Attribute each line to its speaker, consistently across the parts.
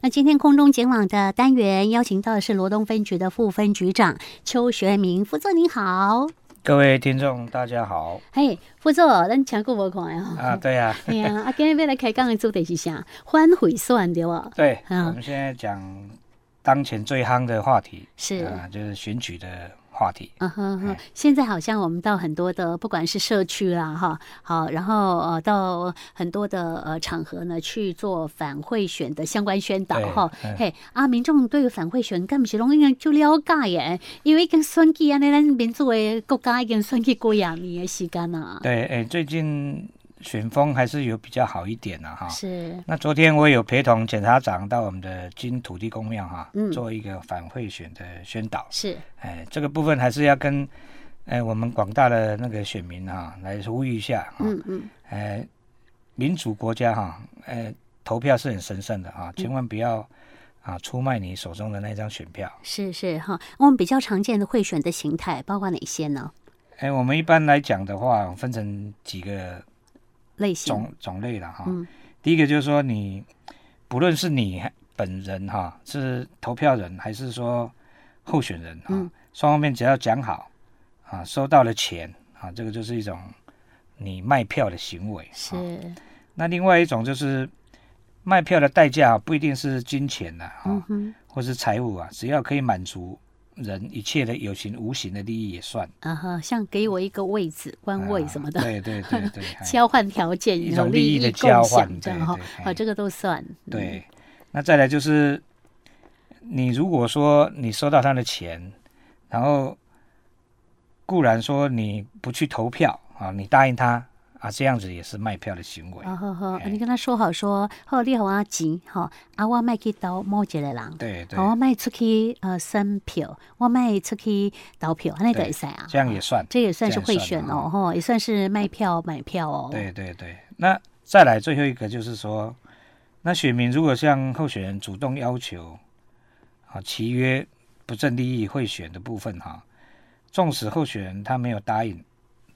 Speaker 1: 那今天空中警网的单元邀请到的是罗东分局的副分局长邱学明副座，您好。
Speaker 2: 各位听众，大家好。
Speaker 1: 嘿，副座，咱前久无看哦。
Speaker 2: 啊，对呀、啊，
Speaker 1: 哎呀，啊，今日要来开讲的主题是啥？反悔算对不？
Speaker 2: 对，
Speaker 1: 嗯
Speaker 2: 我们现在讲当前最夯的话题
Speaker 1: 是
Speaker 2: 啊、就是选举的话题。
Speaker 1: 嗯哼哼
Speaker 2: 哎，
Speaker 1: 现在好像我们到很多的，不管是社区啦，哈，好，然后呃，到很多的呃场合呢去做反贿选的相关宣导
Speaker 2: 对
Speaker 1: 哈
Speaker 2: 嗯，
Speaker 1: 嘿啊，民众对反贿选根本是拢已经就了解耶，因为已经选举安尼，咱民主的国家已经选举几啊年的时间啦，
Speaker 2: 对，哎，最近选风还是有比较好一点了、哈。
Speaker 1: 是，
Speaker 2: 那昨天我有陪同检察长到我们的金土地公庙哈，
Speaker 1: 嗯
Speaker 2: 做一个反贿选的宣导。
Speaker 1: 是，
Speaker 2: 哎，这个部分还是要跟哎我们广大的那个选民哈、来呼吁一下哈。
Speaker 1: 嗯嗯，
Speaker 2: 呃，民主国家哈，呃，投票是很神圣的
Speaker 1: 嗯
Speaker 2: 啊，千万不要啊出卖你手中的那张选票。
Speaker 1: 是是哈，我们比较常见的贿选的形态包括哪些呢？
Speaker 2: 哎，我们一般来讲的话，分成几个
Speaker 1: 类型，
Speaker 2: 种种类了哈。
Speaker 1: 嗯
Speaker 2: 第一个就是说你，不论是你本人哈，是投票人还是说候选人啊，
Speaker 1: 嗯
Speaker 2: 双方面只要讲好啊，收到了钱啊，这个就是一种你卖票的行为。啊
Speaker 1: 是，
Speaker 2: 那另外一种就是卖票的代价不一定是金钱呐、啊，
Speaker 1: 嗯哼，
Speaker 2: 或是财务啊，只要可以满足人一切的有形无形的利益也算。
Speaker 1: 啊哈，像给我一个位置、官位什么的
Speaker 2: 啊。对对对 对，哎
Speaker 1: 交换条件，
Speaker 2: 一
Speaker 1: 有
Speaker 2: 种利益的
Speaker 1: 共
Speaker 2: 交
Speaker 1: 享
Speaker 2: 换
Speaker 1: 这样
Speaker 2: 对
Speaker 1: 哈
Speaker 2: 对，
Speaker 1: 啊，
Speaker 2: 哎
Speaker 1: 这个都算。嗯，
Speaker 2: 对。那再来就是，你如果说你收到他的钱，然后固然说你不去投票啊，你答应他啊，这样子也是卖票的行为。
Speaker 1: 啊呵呵，
Speaker 2: 哎
Speaker 1: 你跟他说好说，好，你给我钱哈，啊，我卖去投某一个人，哦
Speaker 2: 对对，
Speaker 1: 好，我卖出去呃选票，我卖出去投票，那都
Speaker 2: 对
Speaker 1: 会使啊。
Speaker 2: 这样也算。
Speaker 1: 这也算是
Speaker 2: 这样
Speaker 1: 贿
Speaker 2: 算
Speaker 1: 选
Speaker 2: 啊
Speaker 1: 哦，哈，也算是卖票买票哦。
Speaker 2: 对对对，那再来最后一个就是说，那选民如果向候选人主动要求啊契约不正利益贿选的部分哈、纵使候选人他没有答应，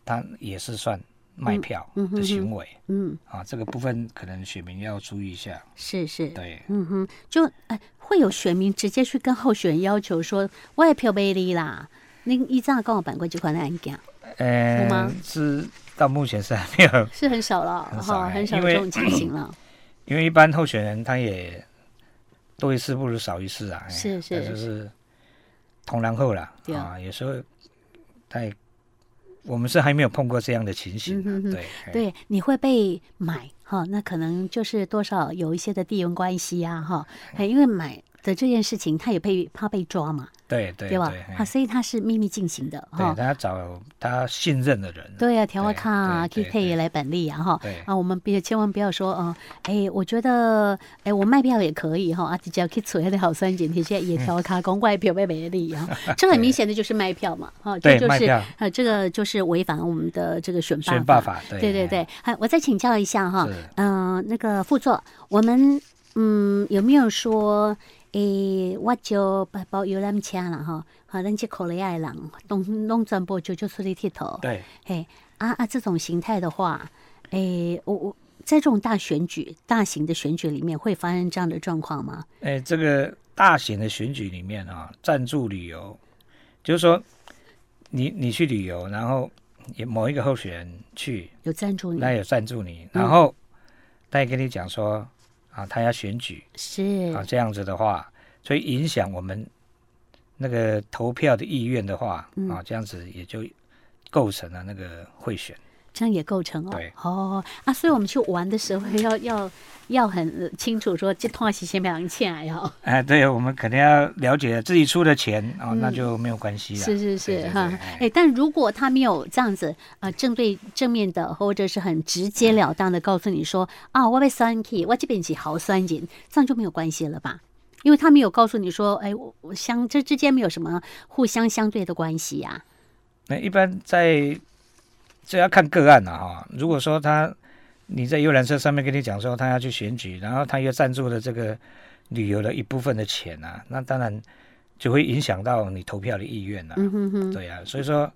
Speaker 2: 他也是算卖票
Speaker 1: 嗯嗯哼
Speaker 2: 的行为、
Speaker 1: 嗯，
Speaker 2: 啊，这个部分可能选民要注意一下。
Speaker 1: 是是，
Speaker 2: 对，
Speaker 1: 嗯哼，就哎，会有选民直接去跟候选人要求说，我的票卖你啦，您以前跟我办过这款的案件。
Speaker 2: 呃
Speaker 1: 是吗，
Speaker 2: 是到目前是还没有，
Speaker 1: 是很少了，
Speaker 2: 很少
Speaker 1: 哈，
Speaker 2: 哎
Speaker 1: 哦很少有
Speaker 2: 因为
Speaker 1: 这种情形了。
Speaker 2: 因为一般候选人他也多一事不如少一事啊，哎
Speaker 1: 是是
Speaker 2: 那就是同然后啦
Speaker 1: 对啊
Speaker 2: 啊，有时候他也我们是还没有碰过这样的情形啊、
Speaker 1: 嗯哼哼
Speaker 2: 对哎
Speaker 1: 对，你会被买哈，那可能就是多少有一些的地缘关系呀、哈，
Speaker 2: 嗯
Speaker 1: 哎因为买的这件事情，他也被怕被抓嘛，
Speaker 2: 对对
Speaker 1: 对吧？
Speaker 2: 哎
Speaker 1: 啊，所以他是秘密进行的
Speaker 2: 对
Speaker 1: 哈。
Speaker 2: 他找他信任的人，
Speaker 1: 对啊，调啊卡啊
Speaker 2: 对
Speaker 1: k
Speaker 2: 对
Speaker 1: K 也来本利啊哈
Speaker 2: 对
Speaker 1: 啊，我们别千万不要说嗯，哎，我觉得哎，我卖票也可以哈，啊，只要去存那好酸碱贴，现在也调卡公外票被美利 啊，这很明显的就是卖票嘛，哈，这
Speaker 2: 对
Speaker 1: 就
Speaker 2: 卖
Speaker 1: 是
Speaker 2: 票
Speaker 1: 呃，这个就是违反我们的这个选
Speaker 2: 选
Speaker 1: 法
Speaker 2: 办。法，对
Speaker 1: 对对，对，哎，我再请教一下哈
Speaker 2: 是，
Speaker 1: 嗯、那个副座，我们嗯有没有说，诶，我就包包游览车啦啊哈，好，咱这口里爱人，拢拢全部就就出去剃头，
Speaker 2: 对
Speaker 1: 嘿，啊啊，这种形态的话，诶，我我在这种大选举、大型的选举里面会发生这样的状况吗？
Speaker 2: 哎，这个大型的选举里面啊，赞助旅游，就是说你你去旅游，然后也某一个候选人去，
Speaker 1: 有赞助你
Speaker 2: 那有赞助你，
Speaker 1: 嗯
Speaker 2: 然后他也跟你讲说啊，他要选举
Speaker 1: 是
Speaker 2: 啊，这样子的话，所以影响我们那个投票的意愿的话
Speaker 1: 嗯
Speaker 2: 啊，这样子也就构成了那个贿选。
Speaker 1: 这样也构成哦。
Speaker 2: 对
Speaker 1: 哦啊，所以我们去玩的时候要要要很呃清楚说这通话是先两欠来哦。
Speaker 2: 哎，对，我们肯定要了解自己出的钱啊，那就没有关系了。
Speaker 1: 嗯是是
Speaker 2: 啊对
Speaker 1: 是
Speaker 2: 对
Speaker 1: 哈
Speaker 2: 对，
Speaker 1: 哎，但如果他没有这样子啊、呃正对正面的，或者是很直
Speaker 2: 哎
Speaker 1: 截了当的告诉你说啊，我被酸气，我这边是好酸碱，这样就没有关系了吧？因为他没有告诉你说，哎，我我相这之间没有什么互相相对的关系呀、
Speaker 2: 那一般在这要看个案了、啊哈。如果说他你在游览车上面跟你讲说他要去选举，然后他又赞助了这个旅游的一部分的钱啊，那当然就会影响到你投票的意愿了、
Speaker 1: 嗯哼哼，
Speaker 2: 对啊，所以说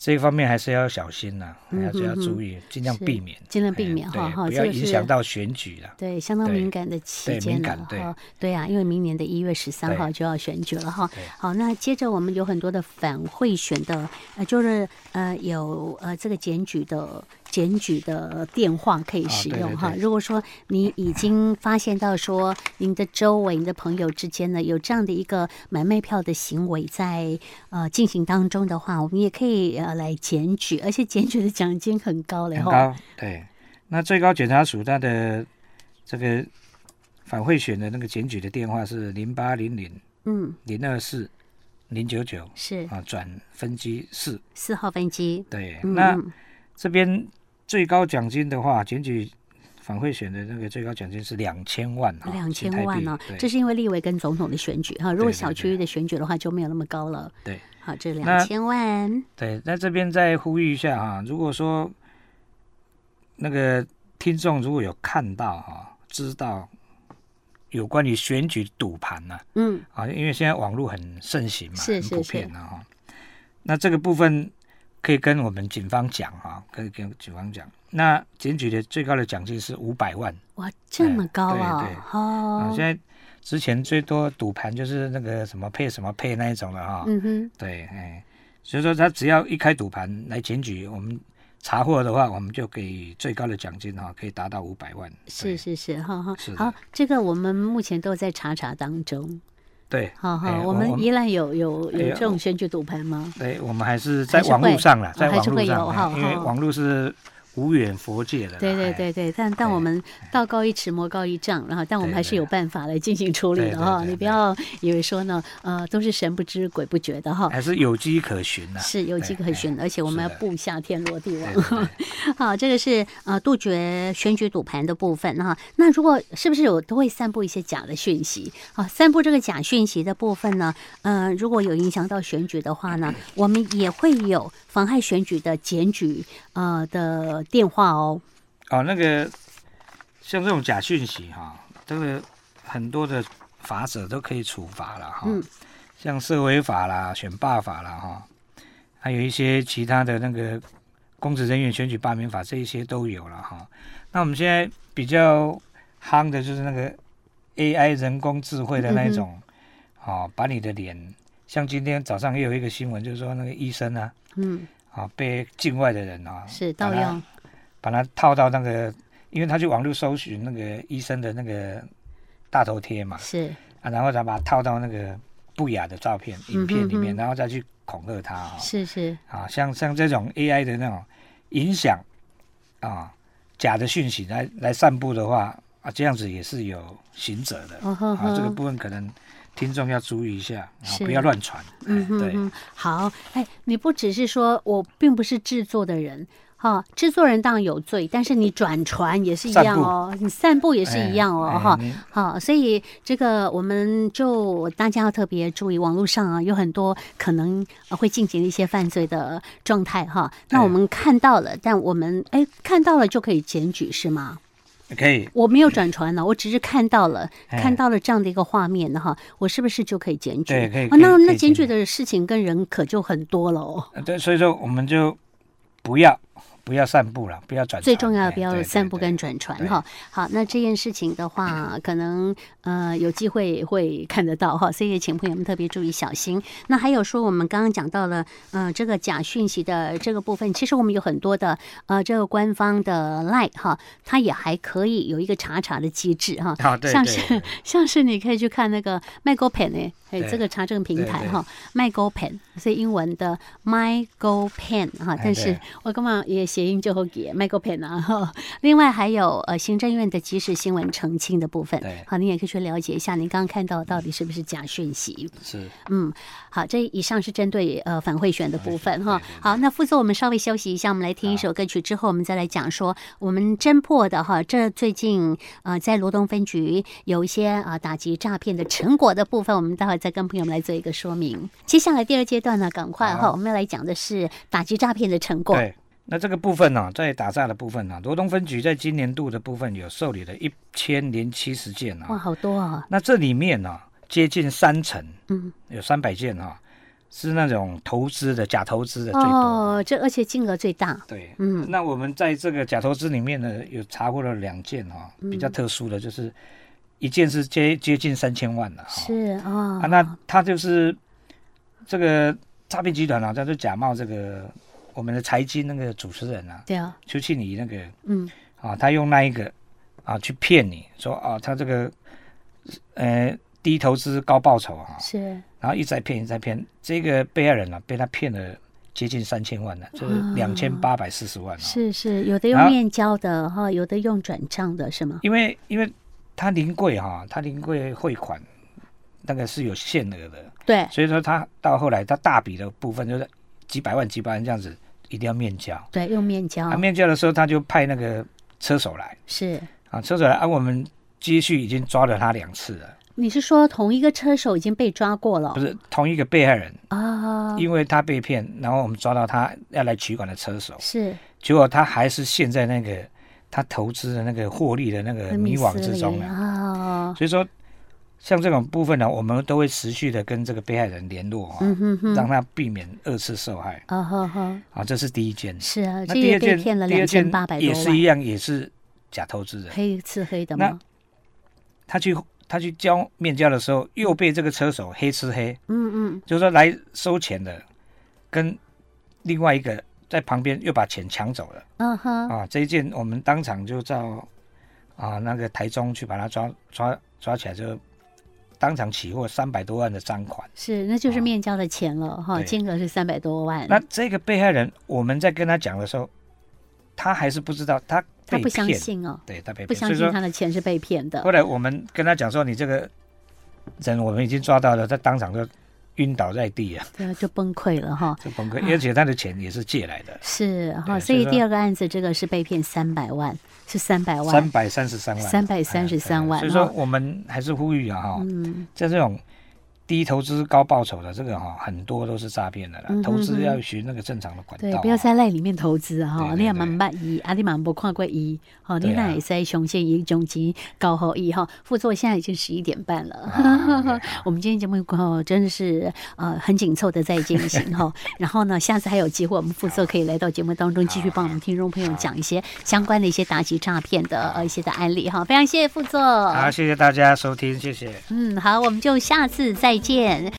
Speaker 2: 这一方面还是要小心呐、还要
Speaker 1: 嗯哼
Speaker 2: 要注
Speaker 1: 哼
Speaker 2: 意，尽量
Speaker 1: 是
Speaker 2: 避免，
Speaker 1: 尽量
Speaker 2: 哎
Speaker 1: 避免哈
Speaker 2: 对
Speaker 1: 哈
Speaker 2: 不
Speaker 1: 这
Speaker 2: 要
Speaker 1: 个
Speaker 2: 影
Speaker 1: 是
Speaker 2: 响到选举了。
Speaker 1: 对，相当
Speaker 2: 对
Speaker 1: 敏感的期
Speaker 2: 对
Speaker 1: 间
Speaker 2: 敏
Speaker 1: 了
Speaker 2: 感对
Speaker 1: 哈。对啊，因为明年的一月十三号就要选举了哈
Speaker 2: 对。
Speaker 1: 好，那接着我们有很多的反贿选的，呃，就是呃有呃这个检举的检举的电话可以
Speaker 2: 啊
Speaker 1: 使
Speaker 2: 对
Speaker 1: 用
Speaker 2: 对
Speaker 1: 哈。
Speaker 2: 对
Speaker 1: 如果说你已经发现到说您的周围、你的朋友之间呢有这样的一个买卖票的行为在呃进行当中的话，我们也可以呃来检举，而且检举的奖金很高了
Speaker 2: 很
Speaker 1: 哈。
Speaker 2: 高，对。那最高检察署它的这个反贿选的那个检举的电话是零八零零
Speaker 1: 嗯，
Speaker 2: 零二四零九九
Speaker 1: 是
Speaker 2: 啊，转分机四。
Speaker 1: 四号分机。
Speaker 2: 对，
Speaker 1: 嗯
Speaker 2: 那
Speaker 1: 嗯
Speaker 2: 这边最高奖金的话，检举反贿选的那个最高奖金是两千万啊，
Speaker 1: 两
Speaker 2: 新
Speaker 1: 千
Speaker 2: 台
Speaker 1: 万哦
Speaker 2: 币
Speaker 1: 呢、
Speaker 2: 对
Speaker 1: 这是因为立委跟总统的选举哈。如果
Speaker 2: 对对
Speaker 1: 小
Speaker 2: 对
Speaker 1: 区域的选举的话，就没有那么高了。
Speaker 2: 对，
Speaker 1: 好，这两
Speaker 2: 那
Speaker 1: 千万，
Speaker 2: 对，那这边再呼吁一下哈、啊如果说那个听众如果有看到哈、知道有关于选举赌盘呢、
Speaker 1: 嗯，
Speaker 2: 啊，因为现在网络很盛行嘛，
Speaker 1: 是是
Speaker 2: 很普遍了、哈。那这个部分可以跟我们警方讲哈、可以跟警方讲。那检举的最高的奖金是五百万、
Speaker 1: 哇，这
Speaker 2: 哎
Speaker 1: 么高
Speaker 2: 对
Speaker 1: 啊
Speaker 2: 对！啊，
Speaker 1: 哦
Speaker 2: 现，在之前最多赌盘就是那个什么配什么配那一种了哈、
Speaker 1: 嗯哼，
Speaker 2: 对，哎，所以说他只要一开赌盘来检举，我们查获的话，我们就给最高的奖金哈、可以达到五百万。
Speaker 1: 是是是，哈哈
Speaker 2: 是。的
Speaker 1: 好，这个我们目前都在查查当中，
Speaker 2: 对，
Speaker 1: 哈哈。
Speaker 2: 哎
Speaker 1: 我
Speaker 2: 我
Speaker 1: 们
Speaker 2: 我
Speaker 1: 宜兰有有有
Speaker 2: 哎
Speaker 1: 这种选举赌盘吗？
Speaker 2: 对，我们还是在
Speaker 1: 还是
Speaker 2: 网
Speaker 1: 会
Speaker 2: 络上了，
Speaker 1: 哦
Speaker 2: 在
Speaker 1: 还
Speaker 2: 网
Speaker 1: 是
Speaker 2: 络
Speaker 1: 会有
Speaker 2: 上，
Speaker 1: 哈
Speaker 2: 哎因为
Speaker 1: 哈
Speaker 2: 网络是无远佛界的啦。
Speaker 1: 对对
Speaker 2: 哎
Speaker 1: 对对，但但
Speaker 2: 对
Speaker 1: 我们道高一尺，魔高一丈，然后但我们
Speaker 2: 对
Speaker 1: 还是
Speaker 2: 对
Speaker 1: 有办法来进行处理
Speaker 2: 对
Speaker 1: 的
Speaker 2: 对
Speaker 1: 哈。
Speaker 2: 对
Speaker 1: 你不
Speaker 2: 对
Speaker 1: 要以为说呢，呃，都是神不知鬼不觉的哈。
Speaker 2: 还是有迹可循呐、
Speaker 1: 是有
Speaker 2: 对
Speaker 1: 迹可
Speaker 2: 哎
Speaker 1: 循，而且我
Speaker 2: 是
Speaker 1: 们要
Speaker 2: 的
Speaker 1: 布下天罗地
Speaker 2: 对
Speaker 1: 网。
Speaker 2: 对对
Speaker 1: 好，这个是呃杜绝选举赌盘的部分哈。那如果是不是有都会散布一些假的讯息啊？散布这个假讯息的部分呢，呃，如果有影响到选举的话呢，我们也会有妨害选举的检举呃的电话哦。
Speaker 2: 哦，那个像这种假讯息哈、这个很多的法者都可以处罚了哈、
Speaker 1: 嗯
Speaker 2: 像社会法啦、选罢法啦哈、还有一些其他的那个公职人员选举罢免法这一些都有了哈、那我们现在比较夯的就是那个 AI 人工智慧
Speaker 1: 嗯
Speaker 2: 的那一种，哦，把你的脸，像今天早上也有一个新闻，就是说那个医生啊，
Speaker 1: 嗯，
Speaker 2: 啊、被境外的人啊，
Speaker 1: 是
Speaker 2: 把
Speaker 1: 盗
Speaker 2: 他
Speaker 1: 用
Speaker 2: 把它套到那个，因为他去网络搜寻那个医生的那个大头贴嘛，
Speaker 1: 是
Speaker 2: 啊，然后再把它套到那个不雅的照片、影片里面，
Speaker 1: 嗯哼哼
Speaker 2: 然后再去恐吓他啊、
Speaker 1: 是是
Speaker 2: 啊，像像这种 AI 的那种影响啊，假的讯息来来散布的话啊，这样子也是有刑责的、
Speaker 1: 哦呵呵
Speaker 2: 啊，这个部分可能听众要注意一下，啊
Speaker 1: 是，
Speaker 2: 不要乱传，
Speaker 1: 嗯
Speaker 2: 哎对
Speaker 1: 哼，哼，好，哎，你不只是说我并不是制作的人。哈、制作人当然有罪，但是你转传也是一
Speaker 2: 散
Speaker 1: 样
Speaker 2: 布
Speaker 1: 哦，你散布也是一样
Speaker 2: 哎
Speaker 1: 哦，
Speaker 2: 哎
Speaker 1: 哈、
Speaker 2: 你
Speaker 1: 好，所以这个我们就大家要特别注意，网络上啊有很多可能呃会进行一些犯罪的状态哈。那
Speaker 2: 对
Speaker 1: 我们看到了，但我们哎看到了就可以检举是吗？
Speaker 2: 可以
Speaker 1: 我没有转传呢，我只是看到了，
Speaker 2: 哎
Speaker 1: 看到了这样的一个画面哈，我是不是就可以检举？
Speaker 2: 对可以
Speaker 1: 啊
Speaker 2: 可以
Speaker 1: 那
Speaker 2: 可以
Speaker 1: 那检
Speaker 2: 检
Speaker 1: 举
Speaker 2: 举
Speaker 1: 的事情跟人可就很多了哦。
Speaker 2: 呃对，所以说我们就不要不要散步了，不要转传。
Speaker 1: 最重要的
Speaker 2: 哎
Speaker 1: 不要
Speaker 2: 对
Speaker 1: 散
Speaker 2: 对
Speaker 1: 布
Speaker 2: 对
Speaker 1: 跟转传
Speaker 2: 对
Speaker 1: 哈。好，那这件事情的话， 可能呃有机会会看得到哈，所以也请朋友们特别注意小心。那还有说我们刚刚讲到了，呃，这个假讯息的这个部分，其实我们有很多的呃这个官方的 line 哈，它也还可以有一个查查的机制哈。
Speaker 2: 啊，对
Speaker 1: 像
Speaker 2: 对
Speaker 1: 是
Speaker 2: 对
Speaker 1: 像是你可以去看那个 MyGoPen 哎、哎，
Speaker 2: 对
Speaker 1: 这个查证平台
Speaker 2: 对对
Speaker 1: 哈，MyGoPen 是英文的 MyGoPen 哈，但是
Speaker 2: 哎对
Speaker 1: 我干嘛也谐音就好给 MyGoPen 啊哈。另外还有呃行政院的即时新闻澄清的部分
Speaker 2: 对，
Speaker 1: 好，你也可以去了解一下，您刚刚看到到底是不是假讯息？
Speaker 2: 是
Speaker 1: 嗯，好，这以上是针对呃反贿选的部分哈
Speaker 2: 对对。对
Speaker 1: 好，那副总，我们稍微休息一下，我们来听一首歌曲，之后我们再来讲说我们侦破的哈，这最近呃在罗东分局有一些啊、呃打击诈骗的成果的部分，我们待会再跟朋友们来做一个说明。接下来第二阶段呢，赶快哈，
Speaker 2: 好
Speaker 1: 我们要来讲的是打击诈骗的成果。
Speaker 2: 对。那这个部分呢、在打诈的部分呢、罗东分局在今年度的部分有受理了一千零七十件啊、
Speaker 1: 哇，好多啊！
Speaker 2: 那这里面呢、接近三成，
Speaker 1: 嗯，
Speaker 2: 有三百件啊、是那种投资的假投资的最多。
Speaker 1: 哦，这而且金额最大，
Speaker 2: 对，
Speaker 1: 嗯
Speaker 2: 那我们在这个假投资里面呢，有查获了两件哈、比
Speaker 1: 嗯
Speaker 2: 较特殊的，就是一件是接接近三千万的哈、
Speaker 1: 是哦
Speaker 2: 啊，那他就是这个诈骗集团啊，他就假冒这个我们的财经那个主持人啊，
Speaker 1: 对啊，
Speaker 2: 邱庆仪那个
Speaker 1: 嗯
Speaker 2: 啊，他用那一个啊去骗你说啊，他这个呃低投资高报酬啊，
Speaker 1: 是
Speaker 2: 然后一再骗一再骗，这个被害人啊被他骗了接近三千万了、就是两千八百四十万啊。
Speaker 1: 是是，有的
Speaker 2: 然
Speaker 1: 用
Speaker 2: 后
Speaker 1: 面交的哈，有的用转账的是吗？
Speaker 2: 因为因为他临柜哈、他临柜汇款那个是有限额的，
Speaker 1: 对
Speaker 2: 所以说他到后来他大笔的部分就是几百万几百万这样子，一定要面交。
Speaker 1: 对，用面交
Speaker 2: 啊，面交的时候他就派那个车手来
Speaker 1: 是。
Speaker 2: 啊，车手来啊，我们接续已经抓了他两次了，
Speaker 1: 你是说同一个车手已经被抓过了
Speaker 2: 不是同一个被害人，
Speaker 1: 啊？
Speaker 2: 因为他被骗，然后我们抓到他要来取款的车手，
Speaker 1: 是
Speaker 2: 结果他还是陷在那个他投资的那个获利的那个
Speaker 1: 很
Speaker 2: 迷惘
Speaker 1: 斯
Speaker 2: 之
Speaker 1: 里
Speaker 2: 中了。
Speaker 1: 啊。
Speaker 2: 所以说，像这种部分呢，我们都会持续的跟这个被害人联络啊，
Speaker 1: 嗯哼哼，
Speaker 2: 让他避免二次受害
Speaker 1: 啊哈哈，
Speaker 2: 啊，这是第一件。
Speaker 1: 是啊，
Speaker 2: 那
Speaker 1: 这
Speaker 2: 第
Speaker 1: 也
Speaker 2: 二
Speaker 1: 被
Speaker 2: 件，
Speaker 1: 骗了
Speaker 2: 第
Speaker 1: 两
Speaker 2: 二
Speaker 1: 千
Speaker 2: 件
Speaker 1: 八百多
Speaker 2: 也是一
Speaker 1: 万，
Speaker 2: 样，也是假投资人。
Speaker 1: 黑吃黑的
Speaker 2: 那
Speaker 1: 吗？
Speaker 2: 他去他去交面交的时候，又被这个车手黑吃黑，
Speaker 1: 嗯嗯，
Speaker 2: 就是说来收钱的，跟另外一个在旁边又把钱抢走了
Speaker 1: 啊哈，
Speaker 2: 啊。这一件我们当场就到啊那个台中去把他抓抓抓起来，就当场起获三百多万的赃款。
Speaker 1: 是，那就是
Speaker 2: 啊
Speaker 1: 面交的钱了哈，
Speaker 2: 对
Speaker 1: 金额是三百多万，
Speaker 2: 那这个被害人，我们在跟他讲的时候，他还是不知道，他
Speaker 1: 他
Speaker 2: 被
Speaker 1: 不相
Speaker 2: 骗，
Speaker 1: 信哦，
Speaker 2: 对他被
Speaker 1: 不
Speaker 2: 骗。
Speaker 1: 相
Speaker 2: 所以
Speaker 1: 信
Speaker 2: 说，
Speaker 1: 他的钱是被骗的
Speaker 2: 后，来我们跟他讲说，你这个人我们已经抓到了，他当场就晕倒在地啊，
Speaker 1: 对啊，就崩溃了哈。
Speaker 2: 这崩溃，而且他的钱也是借来的，
Speaker 1: 是哈，
Speaker 2: 对
Speaker 1: 所
Speaker 2: 所以
Speaker 1: 以
Speaker 2: 说
Speaker 1: 第二个案子这个是被骗三百万，是三百
Speaker 2: 三
Speaker 1: 万，
Speaker 2: 百三十三万，
Speaker 1: 333万
Speaker 2: 哎对所以
Speaker 1: 哦
Speaker 2: 说，我们还是呼吁啊，哈，
Speaker 1: 嗯，
Speaker 2: 在这种。低投资高报酬的这个哈，很多都是诈骗的啦
Speaker 1: 嗯哼。
Speaker 2: 投资
Speaker 1: 哼
Speaker 2: 要循那个正常的管道
Speaker 1: 对
Speaker 2: 啊，，
Speaker 1: 不要在赖里面投资啊！吼，
Speaker 2: 对对
Speaker 1: 你也蛮捌伊，啊，你嘛无看过伊，吼，你
Speaker 2: 对啊
Speaker 1: 那会使相信伊种钱交互伊吼。副座现在已经十一点半了，
Speaker 2: 啊对啊
Speaker 1: 我们今天节目哦真的是呃很紧凑的在进行哈。然后呢，下次还有机会，我们副座可以来到节目当中
Speaker 2: 啊
Speaker 1: 继续帮我们听众朋友讲一些相关的一些打击诈骗的呃一些的案例哈。非常谢谢副座，
Speaker 2: 好，谢谢大家收听，谢谢。
Speaker 1: 嗯，好，我们就下次再见。